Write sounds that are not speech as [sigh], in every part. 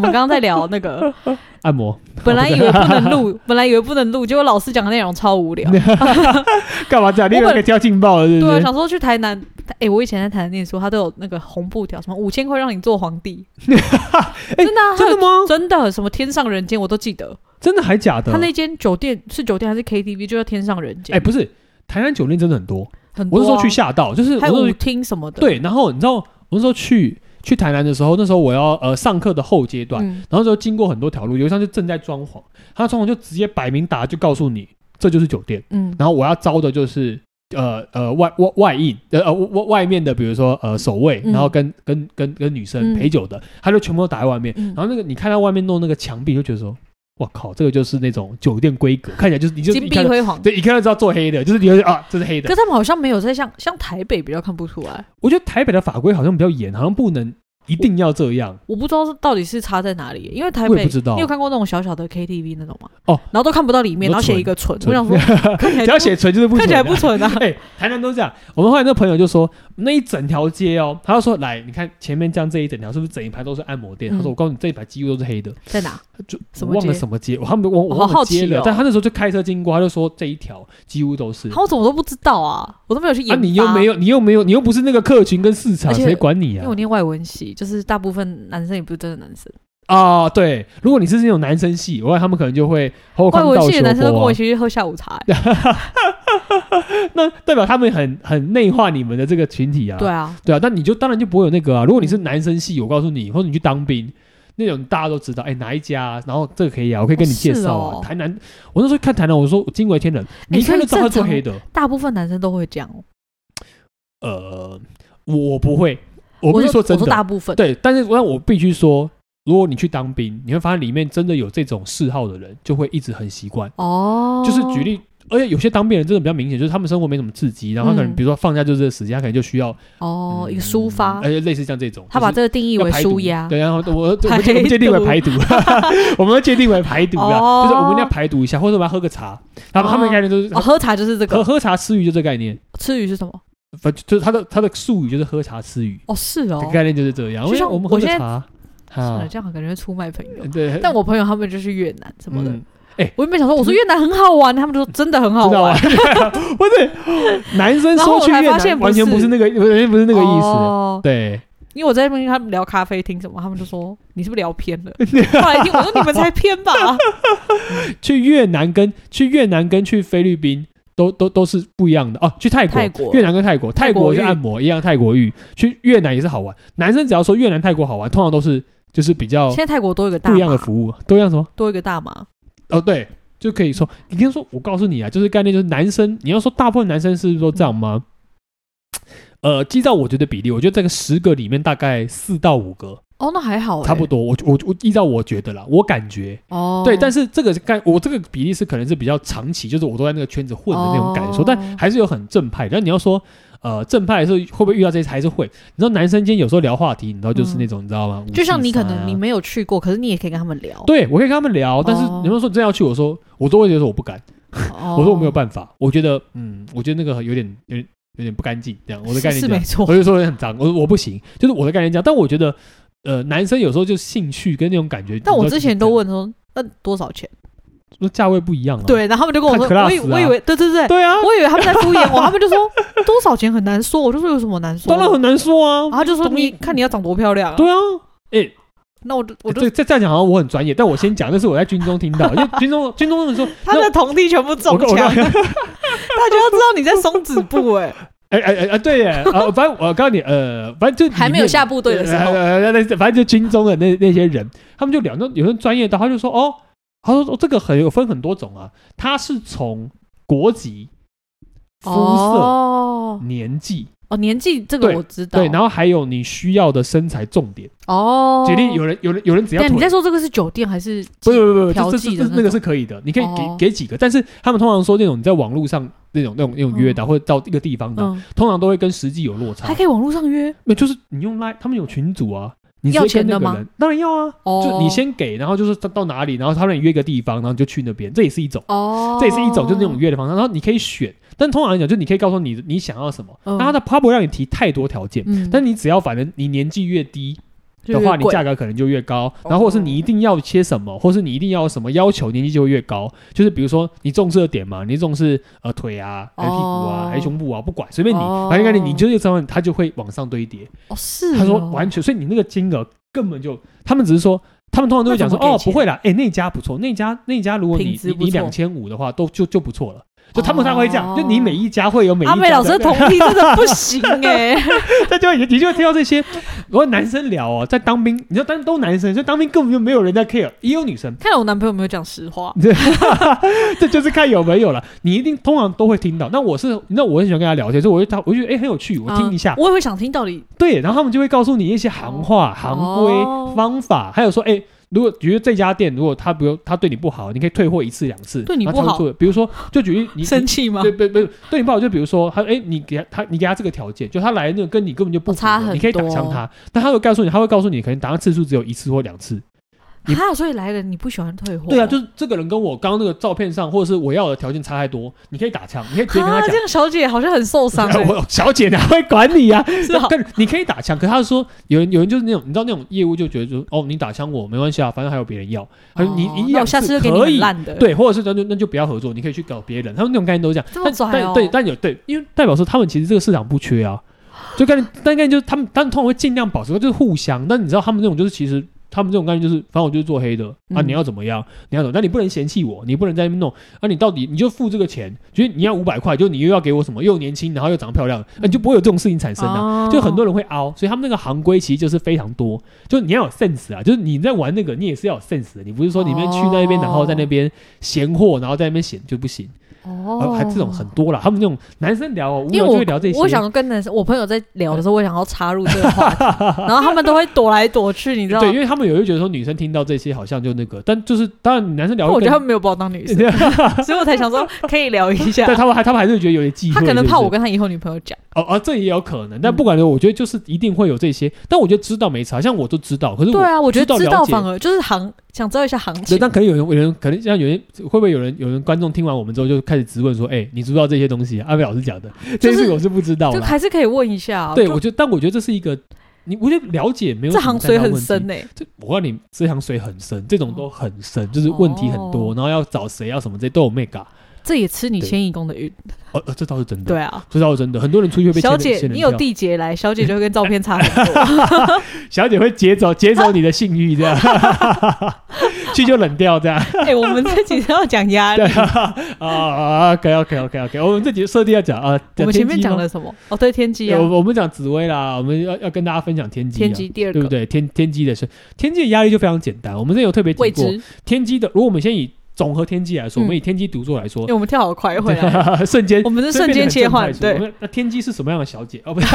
我们刚刚在聊那 [laughs] 个，按摩，本来以为不能录，本来以为不能录，结果老师讲的内容超无 [laughs] 聊。啊干嘛这样？你有一个挑劲爆了，是不对啊，是？想说去台南，哎、我以前在台南念书，他都有那个红布条，什么五千块让你做皇 [laughs] 帝，真的、啊，哎真的吗？吗？真的，什么天上人间我都记得。真的还假的？他那间酒店是酒店还是 KTV，就叫天上人间。啊哎，不是，台南酒店真的很多。很多、我啊。是说去吓到，就是我还是有说舞去厅什么的。对，然后你知道，我那时候去去台南的时候，那时候我要呃上课的后阶段，嗯，然后就经过很多条路，有一张就正在装潢，他装潢就直接摆明打就告诉你这就是酒店，嗯然后我要招的就是呃呃外外外应呃呃外外面的，比如说呃守卫，嗯然后跟跟跟跟女嗯生陪酒的，他就全部都打在外面，嗯然后那个你看到外面弄那个墙壁，就觉得说，哇靠，这个就是那种酒店规 [laughs] 格，看起来就是你就金一碧看就辉煌。对一看就知道做黑的，就是你会啊这是黑的可。他们好像没有在像像台北比较看不出来，我觉得台北的法规好像比较严，好像不能一定要这样。我不知道是到底是差在哪里，因为台我也北不知道你有看过那种小小的 KTV 那种吗？哦，然后都看不到里面，你然说后写一个纯，我纯想说 [laughs] 看起来只就要写纯就是不哎看纯起来的不纯啊， [laughs] 哎、台南都这样。我们后来那朋友就说，那一整条街哦，他就说，来，你看前面这样这一整条，是不是整一排都是按摩店？嗯他说，我告诉你，这一排几乎都是黑的，在哪？就什我么忘了街什么街，我他们都忘我哦忘好了奇街了。哦但他那时候就开车经过，他就说这一条几乎都是。啊，我怎么都不知道啊，我都没有去啊，研发。你又没，有，你又没有，你又不是那个客群跟市场，而且谁管你因啊为？我念外文系，就是大部分男生也不是真的男生，啊，对，如果你是那种男生系，我看他们可能就会后外康文到系的球男生都跟波我啊一起去喝下午茶、欸那代表他们很很内化你们的这个群体啊。对嗯啊，对啊，但你就当然就不会有那个啊。如果你是男生系，我告诉你，或者你去当兵，那种大家都知道，哎、哪一家、啊，然后这个可以啊，我可以跟你介绍哦啊。是哦哎台南，我那时候看台南，我说惊为天人，你一看就知道他做黑的。大部分男生都会这样哦。呃，我我不会，我不我是说真我说的，大部分，对，但是但我必须说，如果你去当兵，你会发现里面真的有这种嗜好的人，就会一直很习惯。哦，就是举例，而且有些当兵人真的比较明显，就是他们生活没什么刺激，然后他可能嗯比如说放假就是这个时间，他可能就需要哦，嗯一个抒发而，且类似像这种，他把这就是个定义为要排毒舒压，对，然后我我排们界我们界定为排 [laughs] 毒，我们要界定为排毒啦，哦就是我们一定要排毒一下，或者我们要喝个茶。他们哦他们的概念就是哦，喝茶就是这喝个，喝茶吃鱼就这概念，吃鱼是什么？反就是他的他的术语就是喝茶吃鱼哦，是哦的，概念就是这样。就因为像我们我喝个现在茶，算啊了，，这样感觉会出卖朋友。对，但我朋友他们就是越南什么的，嗯我原本想说我说越南很好玩，他们就说真的很好知道玩啊，， [laughs] 不是男生然后说我去才越发现南不完全不是是那个完全不是那个意思，哦，对，因为我在那边跟他们聊咖啡厅什么，他们就说你是不是聊偏 [laughs] 了？后来一听我说你们才偏吧，去越南跟去越南跟去菲律宾都都都是不一样的哦、去泰国，泰国越南跟泰国，泰国国浴是按摩一样，泰国浴去越南也是好玩。男生只要说越南、泰国好玩，通常都是就是比较现在泰国多一个大不一样的麻，服务，都一样什么？多一个大麻，哦，对，就可以说，你跟说，我告诉你啊，就是概念就是男生，你要说大部分男生是都这样吗？呃，依照我觉得比例，我觉得这个十个里面大概四到五个哦，那还好欸，差不多，我我我依照我觉得啦，我感觉哦，对，但是是这个概我这个比例是可能是比较长期，就是我都在那个圈子混的那种感受，哦但还是有很正派。但你要说呃正派的时候会不会遇到这些，还是会。你知道男生间有时候聊话题，你知道就是那嗯种、你知道吗？就像你可啊能你们没有去过，可是你也可以跟他们聊，啊 [laughs] 对我可以跟他们聊，但是哦你们说你真的要去，我说我都会觉得说我不敢，哦我说我没有办法，我觉得嗯，我觉得那个有点有点有点不干净，这样我的是概念是这样没错我就说很脏，我说我不行，就是我的概念这样。但我觉得呃男生有时候就兴趣跟那种感觉，但我你知之道就是前都这样，问说，那多少钱？那价位不一样啊。对，然后他们就跟我看说，我 class 以啊我以为，对对对， [laughs] 对啊，我以为他们在敷衍我，他们就说多少钱很难说，我就说有什么难说当的，然很难说啊。然后就说东西你看你要长多漂亮啊，对啊，哎、那我就我就这这这样讲好像我很专业，但我先讲，这是我在军中听到，[laughs] 因为军中军中的时候，他的同弟全部中我跟我枪，跟他就要知 [laughs] 道你在松子部哎，哎哎哎哎，对耶，呃，反正我告诉你，呃，反正就里面还没有下部队的时候呃呃呃反正就军中的那那些人，他们就聊，那有人专业到，他就说哦，他说、哦、这个很有分很多种啊，他是从国籍、肤色、哦年纪，哦，年纪这个对我知道，对，然后还有你需要的身材重点。哦，举例，有人有人有人只要但腿你在说这个是酒店还是不是不是不是，调这这剂这的这那那个种是可以的，你可以给、哦给几个，但是他们通常说那种你在网络上那种那种那种约的，或者到一个地方的，嗯，通常都会跟实际有落还差。可以网络上约那就是你用 Line，他们有群组啊，你直要接钱跟的那个吗人，当然要啊，哦，就你先给，然后就是到到哪里，然后他让你约个地方，然后你就去那边，这也是一种。哦，这也是一种，就是那种约的方式。然后你可以选，但通常来讲，就你可以告诉你你想要什么，嗯但他的他不会让你提太多条件，嗯，但你只要反正你年纪越低，就的话，越你贵价格可能就越高。哦然后或者是你一定要些什么，或是你一定要有什么要求，年纪就会越高。就是比如说你重视的点嘛，你重视呃腿啊，还是屁股啊哦，还是胸部啊，不管随便你，哦反正概念你就是这样，它就会往上堆叠。哦，是他说哦完全，所以你那个金额根本就，他们只是说，他们通常都会讲说，那怎么哦给，不钱会啦，哎、那家不错，那家那家如果品你质你不你错两千五的话，都就就不错了。就他们大概会这样，就你哦每一家会有每一家阿美老师的的同梯真的不行哎、 [laughs] 他就会你就会听到这些。如果男生聊哦，在当兵，你知道，但都男生，所以当兵根本就没有人在 care，也有女生， [laughs] 看来我男朋友没有讲实话。这就是看有没有了。你一定通常都会听到。那我是，你知道我很喜欢跟他聊天，所以我就他我就觉得哎、很有趣，我听一下啊。我也会想听到底对，然后他们就会告诉你一些行话、行规、哦方法，还有说，哎、如果比如这家店，如果他不用他对你不好，你可以退货一次两次。对你然后不他好就做，比如说，就举例，你生气吗你？对对对，对你不好，就比如说他，哎、你给他他你给他这个条件，就他来那个跟你根本就不哦符差合很你可以打枪多他，但他会告诉你，他会告诉你，可能打枪次数只有一次或两次。你哈，啊所以来了你不喜欢退货？对啊，就是这个人跟我刚刚那个照片上，或者是我要的条件差太多，你可以打枪，你可以直接跟他啊，讲这。样小姐好像很受 [laughs] 伤、欸，我小姐哪会管你呀、是啊但是你可以打枪，可是他说有人有人就是那种你知道那种业务就觉得说哦你打枪我没关系啊，反正还有别人要，他说你哦你一那两我下次次就给你可很以。烂的。，对，或者是那就那就不要合作，你可以去搞别人。他们那种概念都是这样，这么但拽但哦对，但有对，因为代表说他们其实这个市场不 [gasps] 缺啊，就概念，但概念就是他们，但通常会尽量保持，就是互相。但你知道他们那种就是其实他们这种概念就是，反正我就是做黑的啊，嗯你要怎么样，你要怎么，但你不能嫌弃我，你不能在那边弄啊，你到底你就付这个钱，就是你要五百块，就你又要给我什么，又年轻，然后又长得漂亮，啊那、你就不会有这种事情产生啊。哦就很多人会凹，所以他们那个行规其实就是非常多，就是你要有 sense 啊，就是你在玩那个，你也是要有 sense 的，你不是说你们去那边，哦然后在那边闲货，然后在那边闲就不行，哦呃，还这种很多啦，他们那种男生聊哦，无因为聊就我会聊这些，我想跟男生，我朋友在聊的时候，我想要插入这个话 [laughs] 题，然后他们都会躲来躲去，你知道吗对，因？为他们也会觉得说女生听到这些好像就那个，但就是当然男生聊但会我觉得他更，们没有把我当 [laughs] 女生，所以我才想说可以聊一下但。他们还他们还是觉得有点忌他讳，可能是不怕是我跟他以嗯后女朋友讲，哦哦，这也有可能，但不管的，我觉得就是一定会有这些，但我觉得知道没差，像我都知道，可是我对啊，我觉得知知道了道解反而就是行，想知道一下行对，情。但可能有人，有人可能像有人，会不会有人，有人观众听完我们之后就开始质问说：“哎、你知不知道这些东西、啊？阿伟老师讲的、这就些是事情我是不知道就啦。还是可以问一下、啊。对，就我觉得，但我觉得这是一个，你我觉得了解没有这什么行太水大很问题深。呢、欸。这我告诉你，这行水很深，这种都很深，就是问题很多，哦然后要找谁要什么这些都有 mega。这也吃你对迁移宫的运。哦、呃，这倒是真的，对，啊，这倒是真的，很多人出去会被小仙人姐仙，人你有跳缔结来，小姐就会跟照片差 [laughs] 很多。小姐会劫走劫走你的性欲，[laughs] 这样去就冷掉这样。哎、我们这几天要讲压力对，啊啊啊，OK OK OK OK，我们这集设定要讲啊，我们前面讲了。了什么？哦，对，天机啊对，我我们讲紫薇啦，我们要要跟大家分享天机、啊，天机第二对不个对？天天机的事，天机的压力就非常简单。我们之前有特别提未过知，因天机的，如果我们先以总和天机来说，嗯我们以天机独坐来说哎为。我们跳好快回啊来， [laughs] 瞬间，我们是瞬间切 [laughs] 换所以对变得很正派我们那天机是什么样的小姐？哦， [laughs] 不是，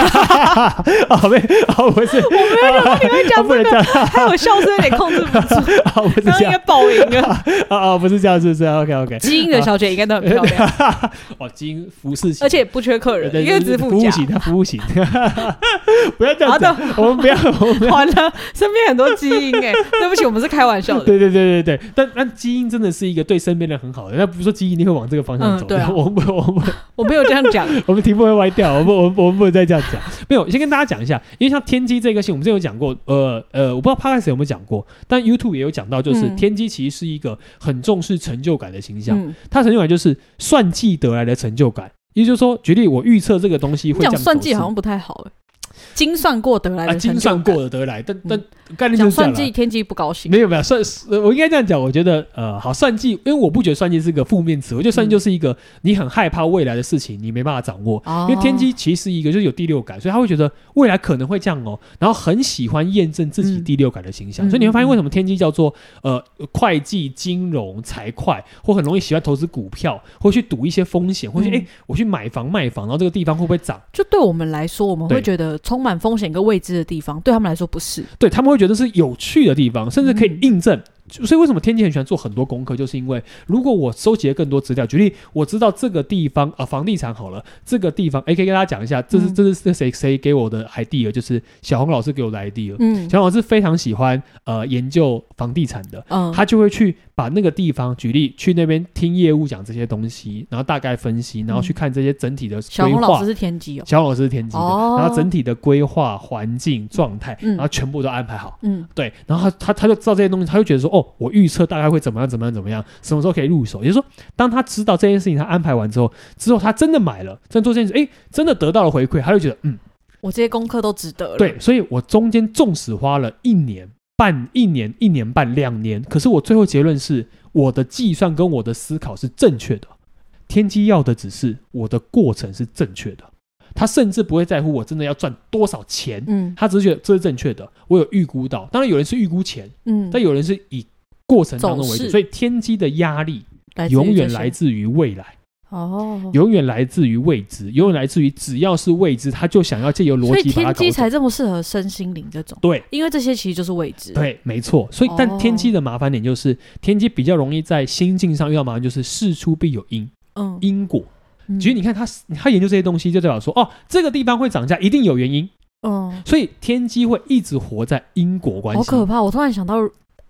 哦，没，哦，不是，我你会哎讲啊不这个能这，样，还有笑声有点控制不 [laughs] 住，哦，不是然后应这该样，爆音 [laughs] 了。哦，哦，不是这样，是不是？OK，OK，基因的小姐应该都很漂 [laughs] 亮，哦，基因服饰型，而且不缺客对人，对因为对只服副务驾。 [laughs] [laughs] 型，他服务型， [laughs] 不要这好样的讲，，我们不要， [laughs] 我们不要完了，身边很多基因哎、对不起，我们是开玩笑的。对对 [laughs] 对对对，但但基因真的是一个对身边人很好的，那不是说基因一定会往这个方向嗯走的。对啊 [laughs] 我们不我们不我没有这样讲，我们题目会歪掉，我们我们我们不能再这样讲。没有，先跟大家讲一下，因为像天机这个星，我们之前有讲过，呃呃，我不知道 Podcast 有没有讲过，但 YouTube 也有讲到，就是、嗯天机其实是一个很重视成就感的形象，嗯，它成就感就是算计得来的成就感。也就是说，举例，我预测这个东西你会这讲样算计走势好像不太好哎、精算过得来啊，的成精就算感，嗯过了得来，但但概念讲就是这样算啦计天机不高兴，没有没有算，呃我应该这样讲。我觉得呃，好算计，因为我不觉得算计是个负面词，我觉得算计就是一个你很害怕未来的事情，你没办法掌握。哦因为天机其实是一个就是有第六感，所以他会觉得未来可能会这样哦，然后很喜欢验证自己嗯第六感的形象，嗯所以你会发现为什么天机叫做呃会计、金融、财会，或很容易喜欢投资股票，或去赌一些风险，或去嗯诶，我去买房卖房，然后这个地方会不会涨？就对我们来说，我们对会觉得充满风险跟未知的地方，对他们来说不是。对他们会觉得是有趣的地方，甚至可以嗯印证就所以为什么天气很喜欢做很多功课，就是因为如果我收集了更多资料，举例我知道这个地方啊、房地产好了，这个地方，哎、可以跟大家讲一下，这是嗯这是这是谁谁给我的 idea，就是小红老师给我的 idea。嗯小红老师非常喜欢呃研究房地产的，嗯，他就会去把那个地方，举例去那边听业务讲这些东西，然后大概分析，然后去看这些整体的嗯小规红老划师。是田鸡哦，小红老师是田鸡的，哦然后整体的规划、环境、状态，嗯然后全部都安排好。嗯对，然后他他他就知道这些东西，他就觉得说，哦，我预测大概会怎么样怎么样怎么样，什么时候可以入手。也就是说，当他知道这件事情，他安排完之后，之后他真的买了，真的做这件事，哎，真的得到了回馈，他就觉得，嗯，我这些功课都值得了。对，所以我中间纵使花了一年半、一年、一年半、两年，可是我最后结论是，我的计算跟我的思考是正确的。天机要的只是我的过程是正确的，他甚至不会在乎我真的要赚多少钱，嗯他只是觉得这是正确的，我有预估到。当然有人是预估钱。嗯，但有人是以过程当中为走主，势所以天机的压力来自于永远这些来自于未来，哦，永远来自于未知，永远来自于只要是未知，他就想要借由逻所以辑把它天搞机懂。才这么适合身心灵这种，对因为这些其实就是未知。，对，没错。所以，哦但天机的麻烦点就是，天机比较容易在心境上遇到麻烦，就是事出必有因，嗯，因果。嗯其实你看他，他研究这些东西，就代表说，哦，这个地方会涨价，一定有原因。嗯，所以天机会一直活在因果关好系。可怕！我突然想到，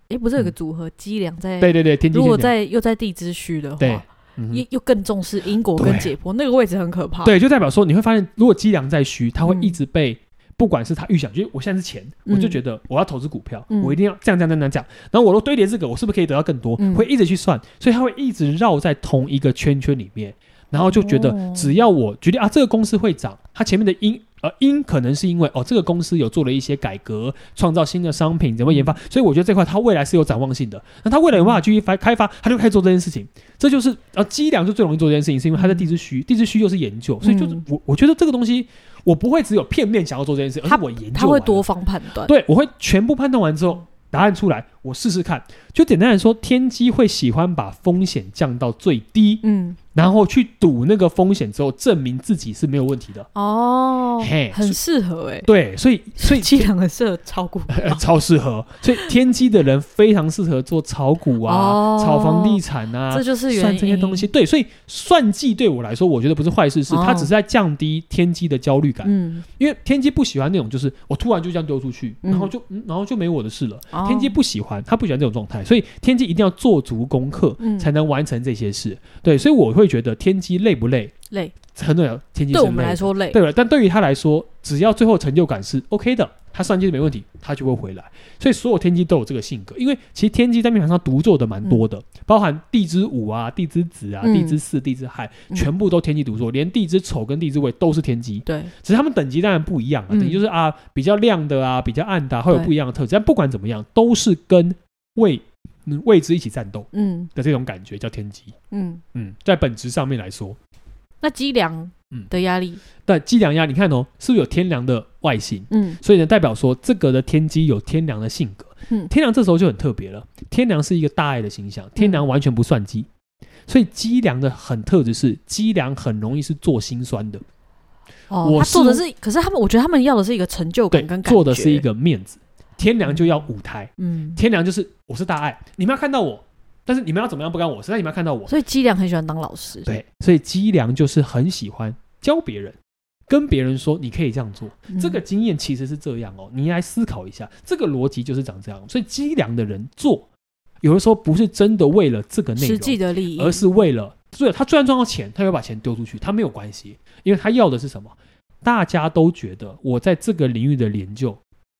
诶，不是有个嗯组合脊梁在？对对对，天机如果先讲在又在地之虚的对话，，嗯哼又又更重视因果对跟解剖，那个位置很可怕。，对，就代表说你会发现，如果脊梁在虚，它会嗯一直被、不管是他预想，就是我现在是钱，我就嗯觉得我要投资股票，嗯我一定要这样这样这样这样这样，然后我若堆叠这个，我是不是可以得到更多？嗯会一直去算，所以他会一直绕在同一个圈圈里面，然后就觉得哦只要我决定啊，这个公司会涨，它前面的因。呃，因可能是因为哦，这个公司有做了一些改革，创造新的商品，怎么嗯研发，所以我觉得这块它未来是有展望性的。那它未来有办法继续发开发，它就开始做这件事情。这就是呃，脊梁就最容易做这件事情，是因为它在地质虚，地质虚又是研究，所以就是嗯我我觉得这个东西，我不会只有片面想要做这件事，而它是我研究他会完了多方判断。对，我会全部判断完之后，答案出来，我试试看。就简单来说，天机会喜欢把风险降到最低，嗯，然后去赌那个风险之后，证明自己是没有问题的。哦嘿，很适合哎，对，所以 [laughs] 所以脊梁很适合炒股。呃 [laughs] 超适合，所以天机的人非常适合做炒股啊、哦炒房地产啊，这就是原算因这些东西。。对，所以算计对我来说，我觉得不是坏事，是哦它只是在降低天机的焦虑感。嗯，因为天机不喜欢那种，就是我突然就这样丢出去，嗯然后就、嗯然后就没我的事了。哦天机不喜欢，他不喜欢这种状态，所以天机一定要做足功课，嗯才能完成这些事。对，所以我会觉得天机累不累？累，很多人天机对是我们累来的，说累。对了，但对于他来说，只要最后成就感是 OK 的，他算计是没问题，他就会回来。所以所有天机都有这个性格，因为其实天机在命盘上独坐的蛮多的，包含地支午啊、地支子啊、嗯地支巳、地支亥，嗯全部都天机独坐，连地支丑跟地支未都是天机。对，只是他们等级当然不一样啊，嗯等级就是啊比较亮的啊，比较暗的、啊，会有对不一样的特质。但不管怎么样，都是跟未嗯未知一起战斗嗯的这种感觉叫天机。嗯，嗯，在本质上面来说，那脊梁嗯的压力，但脊梁压，你看哦，是不是有天梁的外形？嗯所以呢，代表说这个的天机有天梁的性格。嗯天梁这时候就很特别了，天梁是一个大爱的形象，天梁完全不算计。所以脊梁的很特质是，脊梁很容易是做心酸的，哦，我他是做的是，可是他们，我觉得他们要的是一个成就对感跟，感做的是一觉，个面子。天梁就要舞台，嗯，天良就是我是大爱，你们要看到我，但是你们要怎么样不干我事，但你们要看到我。所以脊梁很喜欢当老师，，对，所以脊梁就是很喜欢教别人，跟别人说你可以这样做。嗯这个经验其实是这样哦，你来思考一下，这个逻辑就是长这样。所以脊梁的人做，有的时候不是真的为了这个内实际容，的利益，而是为了，对，他虽然赚到钱，他会把钱丢出去，他没有关系，因为他要的是什么？大家都觉得我在这个领域的研究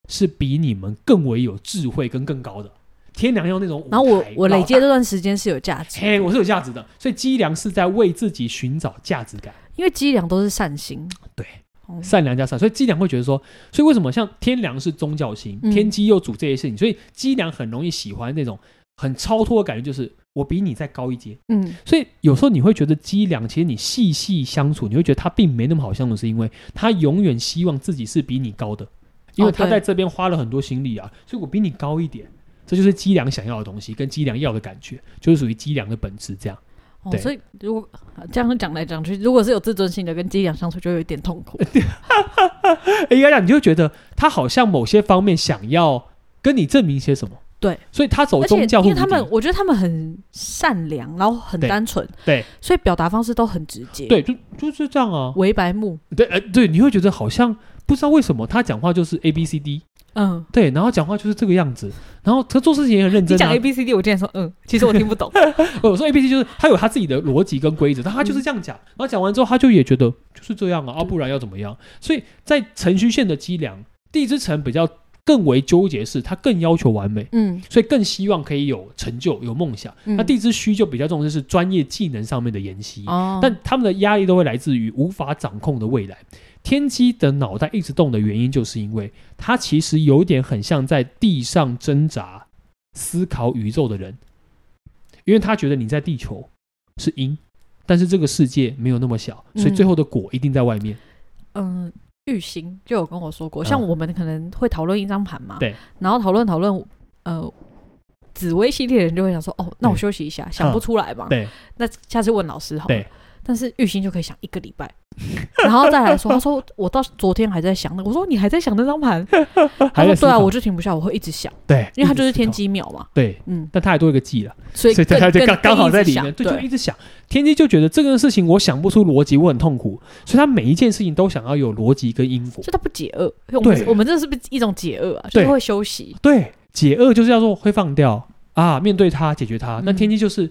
是比你们更为有智慧跟更高的。天良要那种舞台，然后我我累积的的，这段时间是有价值，嘿，我是有价值的，所以脊梁是在为自己寻找价值感，因为脊梁都是善心，对哦，善良加善，所以脊梁会觉得说，所以为什么像天良是宗教心，嗯天机又主这些事情，所以脊梁很容易喜欢那种很超脱的感觉，就是我比你再高一阶，嗯所以有时候你会觉得脊梁，其实你细细相处，你会觉得他并没那么好相处，是因为他永远希望自己是比你高的，因为哦他对在这边花了很多心力啊，所以我比你高一点，这就是脊梁想要的东西，跟脊梁要的感觉，就是属于脊梁的本质。这样，哦，对所以如果啊这样讲来讲去，如果是有自尊心的，跟脊梁相处就有一点痛苦。哎呀呀，你就会觉得他好像某些方面想要跟你证明些什么，对，所以他走而且宗教因或为他无们敌，我觉得他们很善良，然后很对单纯，对，所以表达方式都很直接。，对，就就是这样啊。为白目，对，呃，对，你会觉得好像不知道为什么他讲话就是 A B C D，嗯，对，然后讲话就是这个样子，然后他做事情也很认你真、啊。讲 A B C D，我竟然说嗯，其实我听不 [laughs] 懂。呃我说 A B C 就是他有他自己的逻辑跟规则，但他就是这样讲，然后讲完之后他就也觉得就是这样啊，啊嗯对不然要怎么样？所以在程序线的啊脊梁，地之城比较更为纠结是，他更要求完美。嗯，所以更希望可以有成就、有梦想。嗯 [laughs] 那地之虚就比较重视是专业技能上面的研习，哦，但他们的压力都会来自于无法掌控的未来。天机的脑袋一直动的原因，就是因为他其实有点很像在地上挣扎、思考宇宙的人，因为他觉得你在地球是因，但是这个世界没有那么小，所以最后的果一定在外面。嗯，玉兴就有跟我说过，像嗯我们可能会讨论一张盘嘛，对，然后讨论讨论，呃，紫薇系列的人就会想说，哦，那我对嗯休息一下，想不出来嘛，对那下次问老师好了对。但是玉兴就可以想一个礼拜，然后再来说，他说我到昨天还在想那个，我说你还在想那张盘，他还说在思对考啊，我就停不下，我会一直想，对，因为他就是天机。机庙嘛，对，嗯，但他还多一个记了，所以所以更他就更刚刚好在里面，更一直对，想就一直想。天机就觉得这个事情我想不出逻辑，我很痛苦，所以他每一件事情都想要有逻辑跟因果。就他不解厄，我们对我们这是不是一种解厄啊？就是对会休息，对，解厄就是要说会放掉啊，面对它，解决它。那嗯天机就是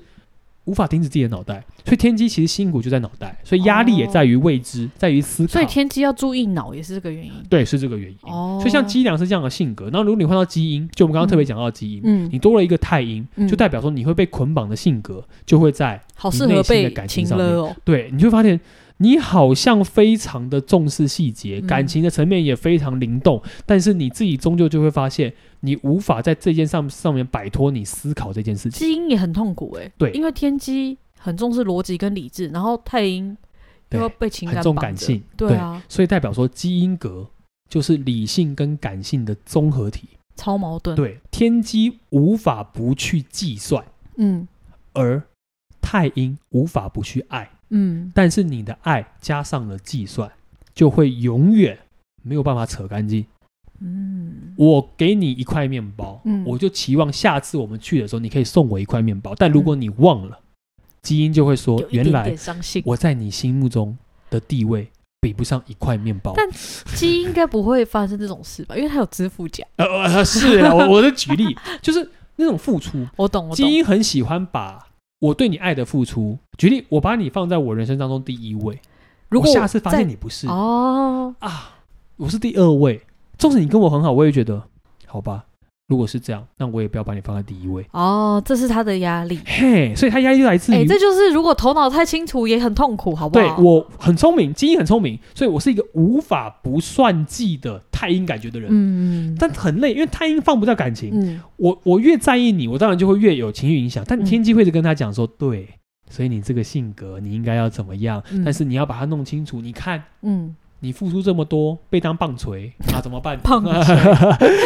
无法停止自己的脑袋，所以天机其实辛苦就在脑袋，所以压力也哦在于未知，在于思考。所以天机要注意脑也是这个原因。对，是这个原因。哦，所以像，机梁是这样的性格，那如果你换到基因，就我们刚刚特别讲到的基因，嗯，你多了一个太阴，嗯就代表说你会被捆绑的性格就会在好适合被情勒哦，对，你就会发现你好像非常的重视细节，嗯感情的层面也非常灵动，但是你自己终究就会发现，你无法在这件上上面摆脱你思考这件事情。基因也很痛苦哎、对因为天机很重视逻辑跟理智，然后太阴又要对，被情很感重绑感着性对啊，所以代表说基因格就是理性跟感性的综合体。超矛盾，，对，天机无法不去计算，嗯而太阴无法不去爱，嗯，但是你的爱加上了计算，就会永远没有办法扯干净。嗯，我给你一块面包，嗯我就期望下次我们去的时候，你可以送我一块面包。但如果你忘了，基因就会说有，一原点来点伤心。我在你心目中的地位比不上一块面包。但基因应该不会发生这种事吧？因为它有支付甲，呃呃，是啦，我我的举例 [laughs] 就是那种付出，我懂我基懂，因很喜欢把我对你爱的付出，举例，我把你放在我人生当中第一位，如果我下次发在现你不是哦，啊，我是第二位，纵使你跟我很好，我也觉得好吧。如果是这样，那我也不要把你放在第一位。哦，这是他的压力。嘿，所以他压力就来自哎、于、这就是如果头脑太清楚也很痛苦，好不对好？我很聪明，基因很聪明，所以我是一个无法不算计的太阴感觉的人，嗯，但很累，因为太阴放不掉感情。嗯，我我越在意你，我当然就会越有情绪影响。但嗯天机会一直跟他讲说，对，所以你这个性格你应该要怎么样，嗯但是你要把它弄清楚。你看。 [laughs] 嗯，你付出这么多，被当棒捶啊，怎么办？棒槌 [laughs]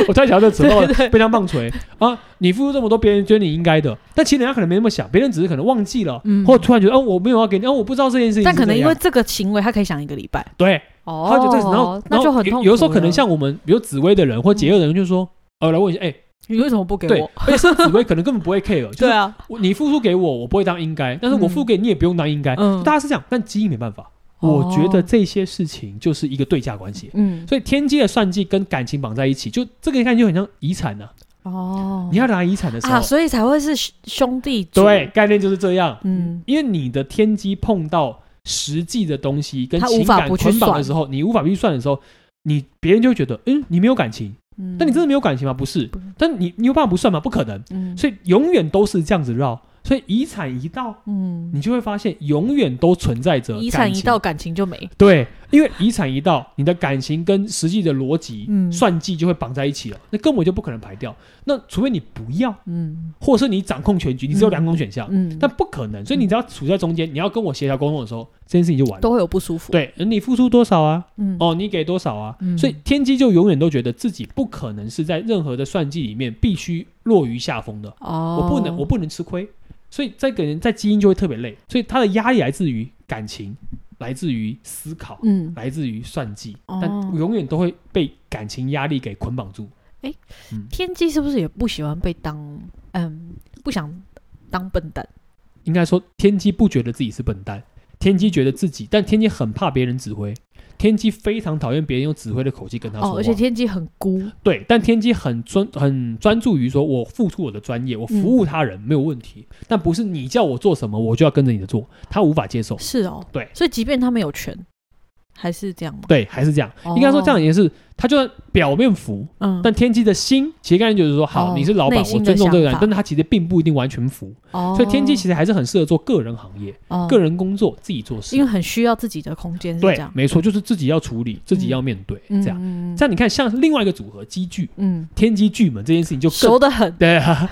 我突然想到 [laughs] 这词，对对 [laughs] 被当棒槌啊！你付出这么多，别人觉得你应该的，但其实人家可能没那么想，别人只是可能忘记了，嗯或突然觉得哦，我没有要给你，哦，我不知道这件事情是这但样。可能因为这个行为，他可以想一个礼拜。对，哦，他就这，然后那就很然痛后苦有有时候可能了像我们，比如紫薇的人或解厄的人，就说。呃，来问一下，哎、你为什么不给对我？紫薇可能根本不会 [laughs] care，就是啊，我你付出给我，我不会当应该，但是嗯我付给你，也不用当应该。嗯哦大家是这样，但基因没办法。我觉得这些事情就是一个对价关系。嗯，所以天机的算计跟感情绑在一起，就这个概念就很像遗产呐、哦，你要拿遗产的时候，啊，所以才会是兄兄弟组对，，概念就是这样。嗯因为你的天机碰到实际的东西跟他无情法感不去捆绑的算时候，你无法去算的时候，你别人就会觉得，嗯，你没有感情。嗯，但你真的没有感情吗？不是不。但你你有办法不算吗？不可能。嗯，所以永远都是这样子绕。所以遗产一到，嗯，你就会发现永远都存在着遗产感一情到感情就没，对，因为遗产一到，你的感情跟实际的逻辑、嗯算计就会绑在一起了，那根本就不可能排掉。那除非你不要，嗯或者是你掌控全局，你只有两种选项，嗯，啊但不可能。所以你只要处在中间，你要跟我协调沟通的时候，这件事情就完了。都会有不舒服，，对，呃你付出多少啊？嗯哦，你给多少啊？嗯所以天机就永远都觉得自己不可能是在任何的算计里面必须落于下风的，哦，我不能，我不能吃亏。所以在给人在基因就会特别累，所以他的压力来自于感情，来自于思考，嗯，来自于算计，哦但永远都会被感情压力给捆绑住。诶嗯天机是不是也不喜欢被当嗯，不想当笨蛋？应该说天机不觉得自己是笨蛋，天机觉得自己，但天机很怕别人指挥，天机非常讨厌别人用指挥的口气跟他哦，说话。哦而且天机很孤，对，但天机很专很专注于说，我付出我的专业，嗯我服务他人、没有问题，但不是你叫我做什么，我就要跟着你的做，他无法接受。是哦，对所以即便他没有权，还是这样吗？对，还是这样，哦应该说这样也是，他就算表面服，嗯，但天机的心其实概念就是说，好，哦你是老板，内我心尊的重这个人想，法但是他其实并不一定完全服，哦所以天机其实还是很适合做个人行业、哦个人工作、自己做因事。为很需要自己的空间，是这对样，，没错，就是自己要处理，自己要面对，嗯这样。嗯这样你看，像另外一个组合机具嗯，天机巨门这件事情就更熟啊得很，对 [laughs] 啊，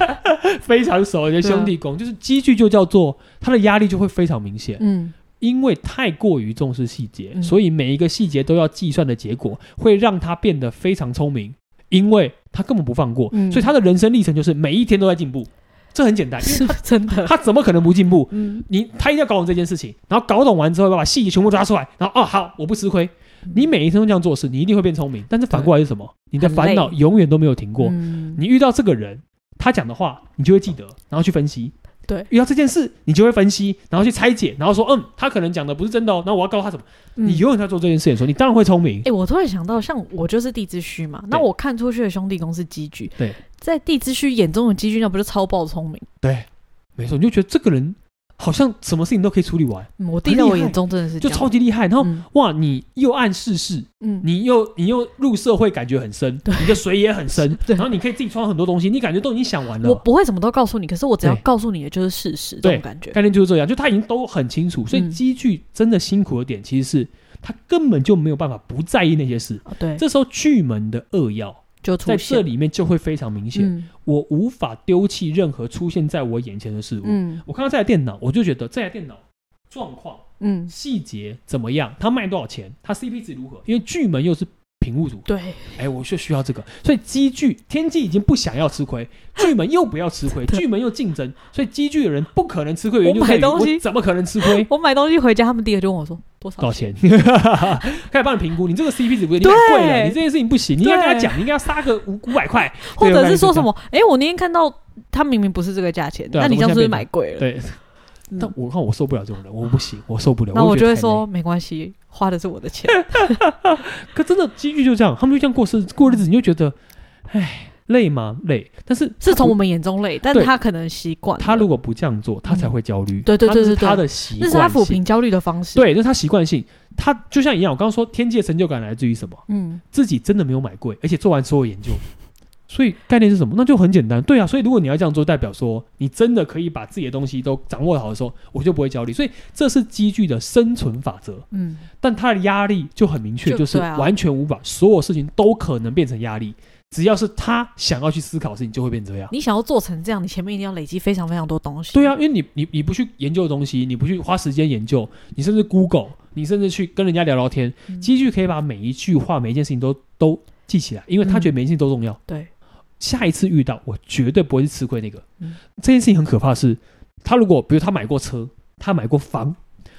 非常熟的兄弟宫，就是积聚就叫做他的压力就会非常明显，嗯，因为太过于重视细节，嗯所以每一个细节都要计算的结果，会让他变得非常聪明，因为他根本不放过，嗯所以他的人生历程就是每一天都在进步，这 [laughs] 很简单，啊因为是真的，他怎么可能不进步？嗯，你他一定要搞懂这件事情，然后搞懂完之后，要把细节全部抓出来，然后哦好，我不吃亏。你每一天都这样做事，你一定会变聪明。但是反过来是什么？你的很烦恼累永远都没有停过，嗯哦你遇到这个人，他讲的话，你就会记得，然后去分析。对遇到这件事，你就会分析，然后去拆解，然后说，嗯，他可能讲的不是真的哦，那我要告诉他什么？嗯你永远在做这件事情的时候，你当然会聪明哎、。我突然想到，像我就是地之虚嘛，那对我看出去的兄弟宫是积聚，对，在地之虚眼中的积聚，那不就超爆聪明、对，没错，你就觉得这个人好像什么事情都可以处理完，嗯？我弟很在厉我眼害中真的是就这样超级厉害。然后、嗯哇，你又谙世事，嗯你又你又入社会，感觉很深，对你的水也很深， [laughs] 对然后你可以自己创很多东西，你感觉都已经想完我了。不会什么都告诉你，可是我只要对告诉你的就是事实，这对种感觉。概念就是这样，就他已经都很清楚，所以嗯积聚真的辛苦的点其实是他根本就没有办法不在意那些事。哦对，这时候巨门的扼要就在出这现。里面就会非常明显，嗯我无法丢弃任何出现在我眼前的事物。嗯我看到这台电脑，我就觉得这台电脑状况、嗯，细节怎么样，它卖多少钱，它 CP 值如何，因为巨门又是。平物组， [laughs] 对，哎，我就需要这个，所以积聚天机已经不想要吃亏，巨门又不要吃亏，对巨门又竞争，所以积聚的人不可能吃亏，原因就我买在于东西我怎么可能吃亏？我买东西回家，他们第一个就问我说多少道钱？歉，开始帮你评估，你这个 CP 值不对，你太贵了，对你这件事情不行，你应该对跟他讲，你应该要杀个五五百块，或者是说什对么？哎、我那天看到他明明不是这个价钱，对啊那你这样是不怎么是现在买贵了？对，嗯但我看我受不了这种人，我不行，我受不了。然后我就就会说，没关系，花的是我的钱。可真的机遇就这样，他们就这样过生过日子，你就觉得，唉，累吗？累，但是是从我们们眼中累，但对他可能习惯了。他如果不这样做，他才会焦虑。嗯对对对他是对对他的习那惯是他抚性平焦虑的方式。，对，那是他习惯性。他就像一样，我刚刚说天界成就感来自于什么？嗯，自己真的没有买贵，而且做完所有研究。所以概念是什么？那就很简单，对啊。所以如果你要这样做，代表说你真的可以把自己的东西都掌握好的时候，我就不会焦虑。所以这是积聚的生存法则， [laughs] 嗯，但它的压力就很明确，就就是对啊完全无法，所有事情都可能变成压力。只要是他想要去思考的事情，就会变这样。你想要做成这样，你前面一定要累积非常非常多东西。对啊，因为你你你不去研究的东西，你不去花时间研究，你甚至 Google，你甚至去跟人家聊聊天，嗯，积聚可以把每一句话、每一件事情都都记起来，因为他觉得每一件事情都重要。对，下一次遇到，我绝对不会去吃亏那个。嗯这件事情很可怕的是，他如果比如他买过车，他买过房，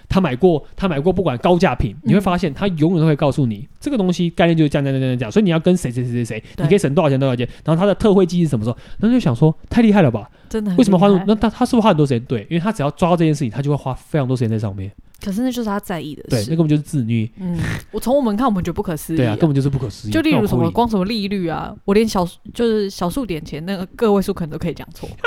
他买过他买过不管高价品，你会发现他永远都会告诉你这个东西概念就是这样这样这样这样，所以你要跟谁谁谁谁谁，对你可以省多少钱多少钱，然后他的特惠机是什么时候？然后就想说太厉害了吧？真的很为什么花厉那害么那他他是不是花很多时间？对，因为他只要抓到这件事情，他就会花非常多时间在上面。可是那就是他在意的对，那事。根本就是自虐。嗯，我从我们看，我们觉得不可思议。对啊，根本就是不可思议。就例那如我什扣么一光什么利率啊，我连小就是小数点前那个个位数可能都可以讲错， [laughs]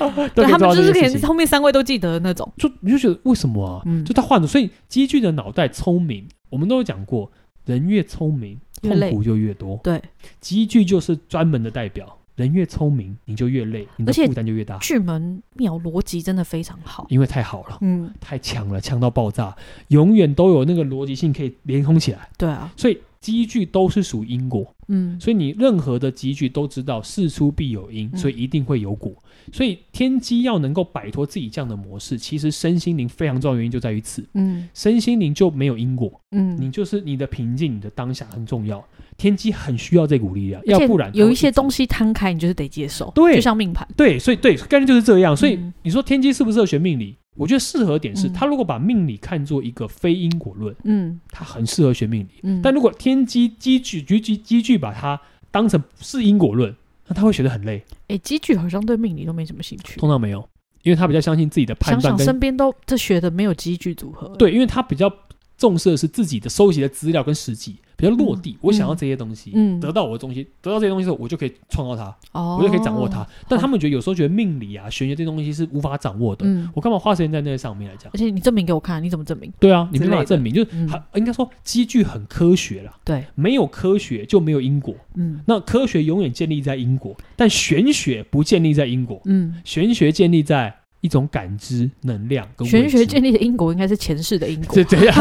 都对可以他们抓到就这是件事连情后面三位都记得的那种。就你就觉得为什么啊？嗯就他换了，所以积聚的脑袋聪明，我们都有讲过，人越聪明，越痛累苦就越多。对，积聚就是专门的代表，人越聪明，你就越累，你的而且负担就越大，巨门庙逻辑真的非常好。因为太好了，嗯，太强了，强到爆炸，永远都有那个逻辑性可以连通起来，对啊，所以。积聚都是属因果，嗯，所以你任何的积聚都知道事出必有因，嗯所以一定会有果。所以天机要能够摆脱自己这样的模式，其实身心灵非常重要的原因就在于此。嗯身心灵就没有因果，嗯，你就是你的平静，你的当下很重要。天机很需要这股力量，要而且不然它有会一些直东西摊开，你就是得接受，对就像命盘，对，所以对概念就是这样。所以嗯你说天机适不适合学命理？我觉得适合点是，嗯他如果把命理看作一个非因果论，嗯他很适合学命理。嗯，但如果天机积聚、积聚、积聚把它当成是因果论，那他会学得很累。哎，机具好像对命理都没什么兴趣。通常没有，因为他比较相信自己的判想断想跟身边都这学的没有机具组合，，对，因为他比较重视的是自己的收集的资料跟实际，比较落地。我想要这些东西，嗯得到我的东西，得到这些东西之后，我就可以创造它，哦，我就可以掌握它。但他们觉得有时候觉得命理啊、玄学这些东西是无法掌握的，嗯，我干嘛花时间在那上面来讲？而且你证明给我看，你怎么证明？对啊，你没之办法类的证明，就是嗯还、应该说基据很科学啦，对，没有科学就没有因果。嗯那科学永远建立在因果，但玄学不建立在因果，嗯，玄学建立在一种感知、能量跟玄未知学建立的因果应该是前世的因果 [laughs] 这，这样，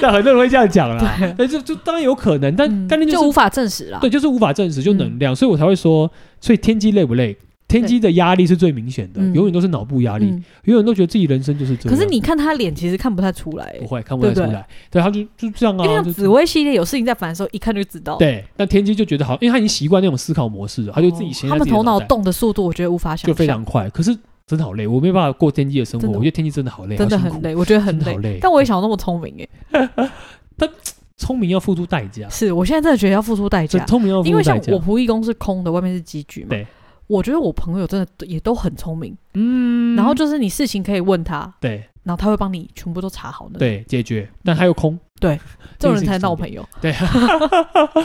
但很多人会这样讲啦。哎对，但就就当然有可能，但嗯概念就就是无法嗯证实了。对，就是无法证实，就能量，所以我才会说，所以天机累不累？天机的压力是最明显的，嗯永远都是脑部压力，嗯，永远都觉得自己人生就是这可样。是你看他脸，其实看不太出来，不会看不太出对不对来，对，他就就这样因为啊，像就紫薇系列有事情在烦的时候，一看就知道。对。但天机就觉得好，因为他已经习惯那种思考模式了，他就自己哦闲他在自们己的头脑袋动的速度，我觉得无法想象，就非常快，可是真的好累，我没办法过天机的生活，真的我觉得天机真的好累，真的好辛很苦，累，我觉得很真的累好。累。但我也想要那么聪明哎，聪明要付出代价，是我现在真的觉得要付出代啊这价，聪明要付因出为代像价我。仆义宫是空的，外面是积聚嘛对。我觉得我朋友真的也都很聪明，嗯然后就是你事情可以问他，对然后他会帮你全部都查好的。，对解决，但他又空， [laughs] 这种人才是我朋友。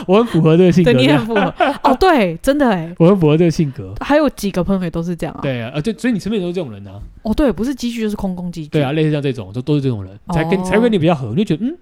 我很符合这个性格，对，你这很样符合。 [laughs] 哦，对，真的哎，我很符合这个性格。还有几个朋友也都是这样啊。对啊，呃，就所以你身边都是这种人啊，哦，对，不是积聚就是空宫积聚。对啊，。类似像这种，就都是这种人，才跟嗯哦才跟你比较合，你就觉得嗯，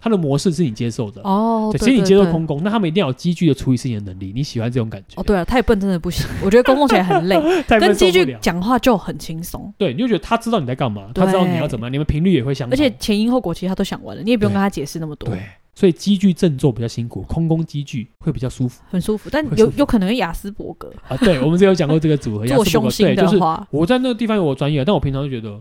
他的模式是你接受的，哦，对，对其实你对接受对空工，那他们一定要有机具的处理事情的能力，你喜欢这种感觉哦，，对了，太笨真的不行，我觉得公共起来很累， [laughs] 太跟笨受机不具了。讲话就很轻松，对，你就觉得他知道你在干嘛，他知道你要怎么样，你们频率也会相同，而且前因后果其实他都想完了，你也不用嗯对跟他解释那么多，对，所以机具振作比较辛苦，空工机具会比较舒服很舒服。但会有舒服有可能跟雅斯伯格啊。对，我们之前有讲过这个 [laughs] 组合，做亚斯伯凶格心对，就的是话，我在那个地方有我专业，但我平常就觉得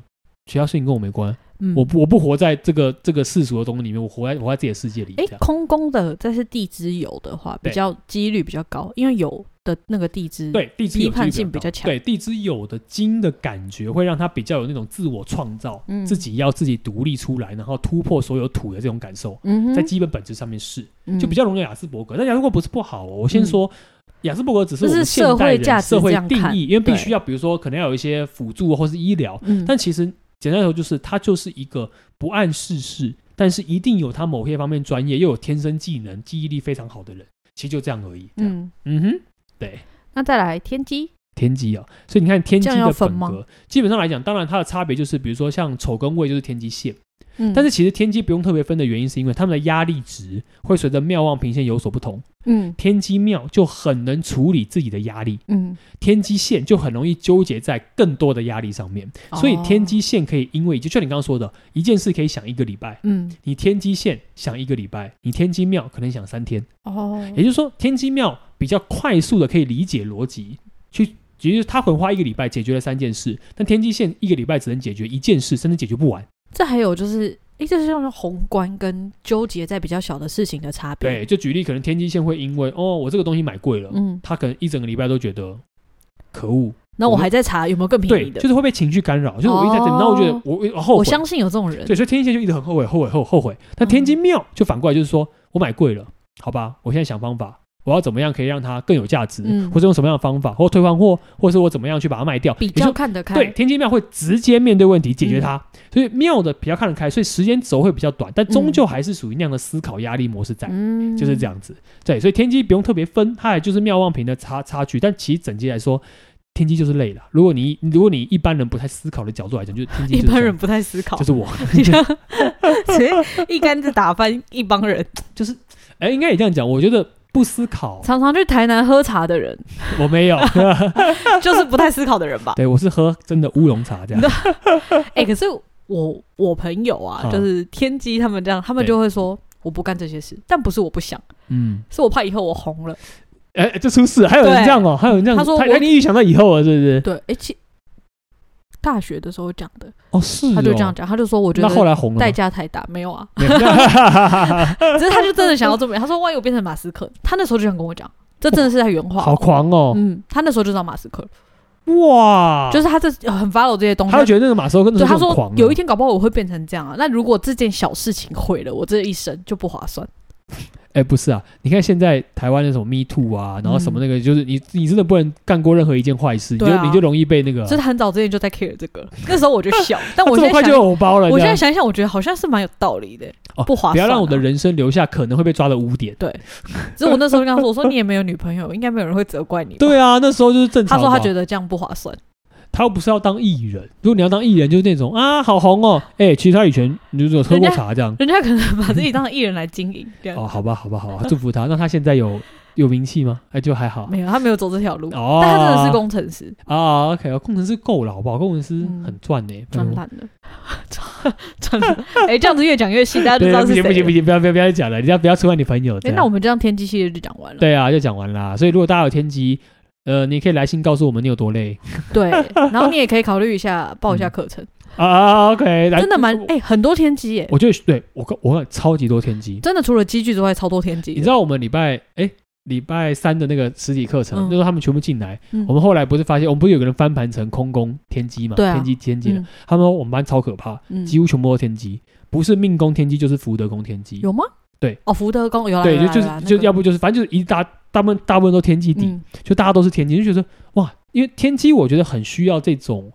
其他事情跟我没关，嗯，我不我不活在这个这个世俗的东西里面，我活在我在自己的世界里。哎这，样空宫的这是地支有的话，比对较几率比较高，因为有的那个地支，对地支有批判机性比比较较强高对地支有的金的感觉会让他比较有那种自我创造，嗯自己要自己独立出来，然后突破所有土的这种感受，嗯哼，在基本本质上面是嗯就比较容易有雅斯伯格。但雅斯伯格不是不好哦，我先说。雅斯伯格只是我们这是社现代会人价值社会这样定看义，因为必对须要，比如说可能要有一些辅助或是医疗，嗯，但其实简单来说，就是他就是一个不谙世事，但是一定有他某些方面专业，又有天生技能、记忆力非常好的人。其实就这样而已。这样嗯，嗯哼，对，那再来天机，天机啊，所以你看天机这样的要分本吗格，基本上来讲，当然它的差别就是，比如说像丑跟未就是天机线，嗯，但是其实天机不用特别分的原因，是因为他们的压力值会随着妙望平线有所不同。嗯天机妙就很能处理自己的压力，嗯，天机线就很容易纠结在更多的压力上面。所以天机哦，线可以因为就像你刚刚说的，一件事可以想一个礼拜，嗯你天机线想一个礼拜，你天机庙可能想三天。哦，也就是说，天机庙比较快速的可以理解逻辑，去其实他可能花一个礼拜解决了三件事，但天机线一个礼拜只能解决一件事，甚至解决不完。这还有就是，诶，这是像是宏观跟纠结在比较小的事情的差别。对，，就举例，可能天机线会因为哦，我这个东西买贵了，嗯，他可能一整个礼拜都觉得可恶，那我我们还在查有没有更便对，宜的。就是会被情绪干扰，就是我一直在等，哦然后我觉得我我后我悔，相信有这种人，对，所以天机线就一直很后悔，后悔，后后悔。但天机庙就反过来就是说，我买贵了，好吧，我现在想方法，我要怎么样可以让它更有价值，嗯或者用什么样的方法，或退换货，或是我怎么样去把它卖掉，比也较嗯就看得开。对，天机庙会直接面对问题，解决它，所以庙的比较看得开，所以时间轴会比较短，但终究还是属于那样的思考压力模式在，嗯就是这。样子。对，所以天机不用特别分，它也就是妙望平的差差距，但其实整体来说，天机就是累了。如果你如果你一般人不太思考的角度来讲，就是天机一就是这般样人不太思考就，是我，你 [laughs] 像直接一竿子打翻一帮人。就是，哎、应该也这样讲。我觉得不思考， [laughs] 常常去台南喝茶的 [laughs] 人，我 [laughs] 没有，就是不太思考的人吧？对我是喝真的乌龙茶这样。哎，可是我我朋友啊嗯，就是天机他们这样，他们对就会说我不干这些事，但不是我不想，嗯，是我怕以后我红了。哎、这出事了，还有人对这样哦、还有人这样子。他说他我一定预想到以后了，是不是？对，哎，其大学的时候讲的，哦，是哦他就这样。讲，他就说我觉那得后来红了代吗，价太大，没有 [laughs] 啊，[laughs] 没有只是他就真的想要这么，他说万一我变成马斯克，他那时候就想跟我讲，这真的是他原话，好狂哦、嗯，他那时候就找马斯克，哇！嗯就是是他这很 follow 这些东西他就。觉得那个马斯克跟对，他很说狂、啊，有一天搞不好我会变成这样啊。那如果这件小事情毁了我这一生，就不划算。哎、不是啊，你看现在台湾的什么 Me Too 啊，然后什么那个，就是你你真的不能干过任何一件坏事，嗯你对就啊你就容易被那个啊，就是很早之前就在 care 这个，那时候我就 [laughs] 小，但啊我这现在么快就想，有偶包了，我这现在样想一想，我觉得好像是蛮有道理的，哦不划算、啊不要让我的，人生留下可能会被抓的污点。只是我那时候就跟他说，我说你也没有女朋友，应该没有人会责怪你。。 [laughs] 对啊，那时候就是正常 [laughs] 他吧。说他觉得这样不划算， [laughs] 他又不是要当艺人，如果你要当艺人，就是那种啊好红哦，哎、其实他以前你就有喝过茶这样。人家可能把自己当艺人来经营，这样、哦，好吧，好吧，好吧，祝福他。那他现在有有名气吗？哎、就还好。没有，他没有走这条路，哦，但他真的是工程师，啊，OK，哦工程师够了，好不好？工程师嗯很赚呢、赚烂 [laughs] 了，赚烂了，哎、这样子越讲越细，大家就对知道不是谁行不了。行不行，不要不要不要讲了，人家不要出卖你朋友。哎、这样那我们这样天机系列就讲完了。对啊，就讲完啦。所以如果大家有天机，呃，你可以来信告诉我们你有多累对，然后你也可以考虑一下报一下课程，啊。OK，来，真的蛮我哎、很多天机耶、我觉得对我跟我看超级多天机。真的除了机具之外，超多天机的。你知道我们礼拜哎礼拜三的那个实体课程，嗯那时候他们全部进来，嗯我们后来不是发现我们不是有个人翻盘成空宫天机嘛，对啊天机天机的，嗯他们说我们班超可怕，嗯几乎全部都天机，不是命宫天机就是福德宫天机，有吗？对，哦，福德宫有啦，对，有就啦就是就要不就是反正就是一大大部分大部分都天机底，嗯就大家都是天机，就觉得哇，因为天机我觉得很需要这种。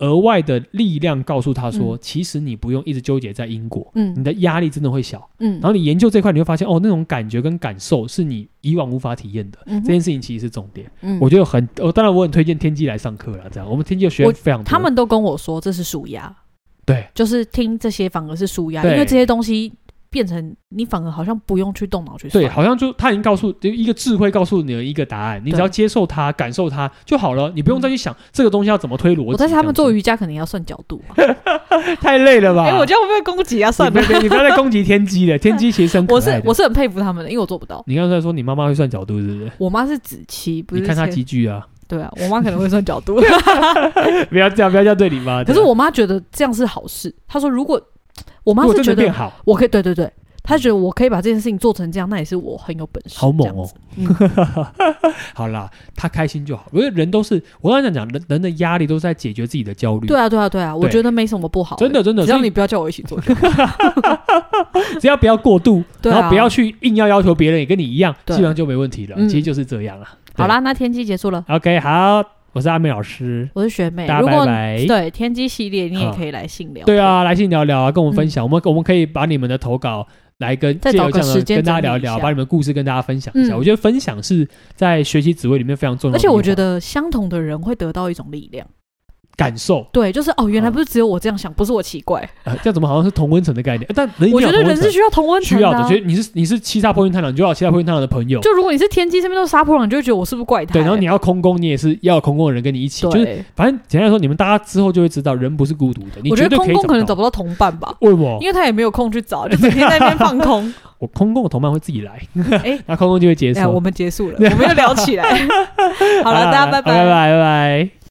额外的力量告诉他说，嗯其实你不用一直纠结在因果，你嗯的压力真的会小。嗯，然后你研究这块，你会发现哦，那种感觉跟感受是你以往无法体验的。嗯这件事情其实是重点，嗯我觉得很，哦，当然我很推荐天机来上课了。这样，我们天机的学员我非常多，他们都跟我说这是舒压，对就是听这些反而是舒压，因对为这些东西变成你反而好像不用去动脑去算对，，啊好像就他已经告诉就一个智慧告诉你了一个答案，你只对要接受它、感受它就好了，你不用再去想这个东西要怎么推逻辑。我在想他们这样啊做子瑜伽肯定要算角度啊吧， [laughs] 太累了吧？哎、我觉得我被攻击啊，算你了，不要你不要再攻击天机了，天机其实是很 [laughs] 可我爱是的我是很佩服他们的，因为我做不到。你刚才说你妈妈会算角度，是不是？我妈是子期，不你是看她切几啊句啊， [laughs] 对啊，我妈可能会算角度，不要这样，不要这样对你妈。 [laughs] 可这是样我妈觉得这样是好事。她说，如果我如妈果是真的觉变得好，我可以，对对对，她觉得我可以把这件事情做成这样，那也是我很有本事。好猛哦这样子！嗯好啦，他开心就好。因为人都是，我刚才讲，人人的压力都是在解决自己的焦虑。对，啊，对啊，对啊，我觉得没什么不好、真的真的只要所以你不要叫我一起做就好。只要不要过度，对啊然后不要去硬要要求别人也跟你一样，基对本上就没问题了。嗯其实就是这样啊。对好啦，那天机结束了， OK，好，我是阿美老师，我是学妹。大家如拜果拜。对天机系列，你也好可以来信聊。对，啊，来信聊聊啊，跟我们分享，我嗯们我们可以把你们的投稿来跟再借由找这个样的时间跟大家整聊理一一聊，下把你们故事跟大家分享一下。嗯我觉得分享是在学习职位里面非常重要而的一且环，我觉得相同的人会得到一种力量。感受，对，就是哦，原来不是只有我这样想，不是我奇怪。呃这样怎么好像是同温层的概念？呃但人一定我觉要得同温人层是需要同温层需要啊的，觉得你是你是七煞破印太郎，你就要有七煞破印太郎的朋友，就如果你是天机这边都是杀破狼，你就会觉得我是不是怪他欸？对，然后你要空宫，你也是要有空宫的人跟你一起，对，就是反正简单来说，你们大家之后就会知道，人不是孤独的，你我绝觉得对空可以空可能找到。哦不到同伴吧，为什么因？为他也没有空去找，就整天在那边放空。我空宫的同伴会自己来，哎 [laughs] 那空宫就会结束 [laughs] 哎，。我们结束了，我们又聊起来。好好了，大家拜拜拜拜拜。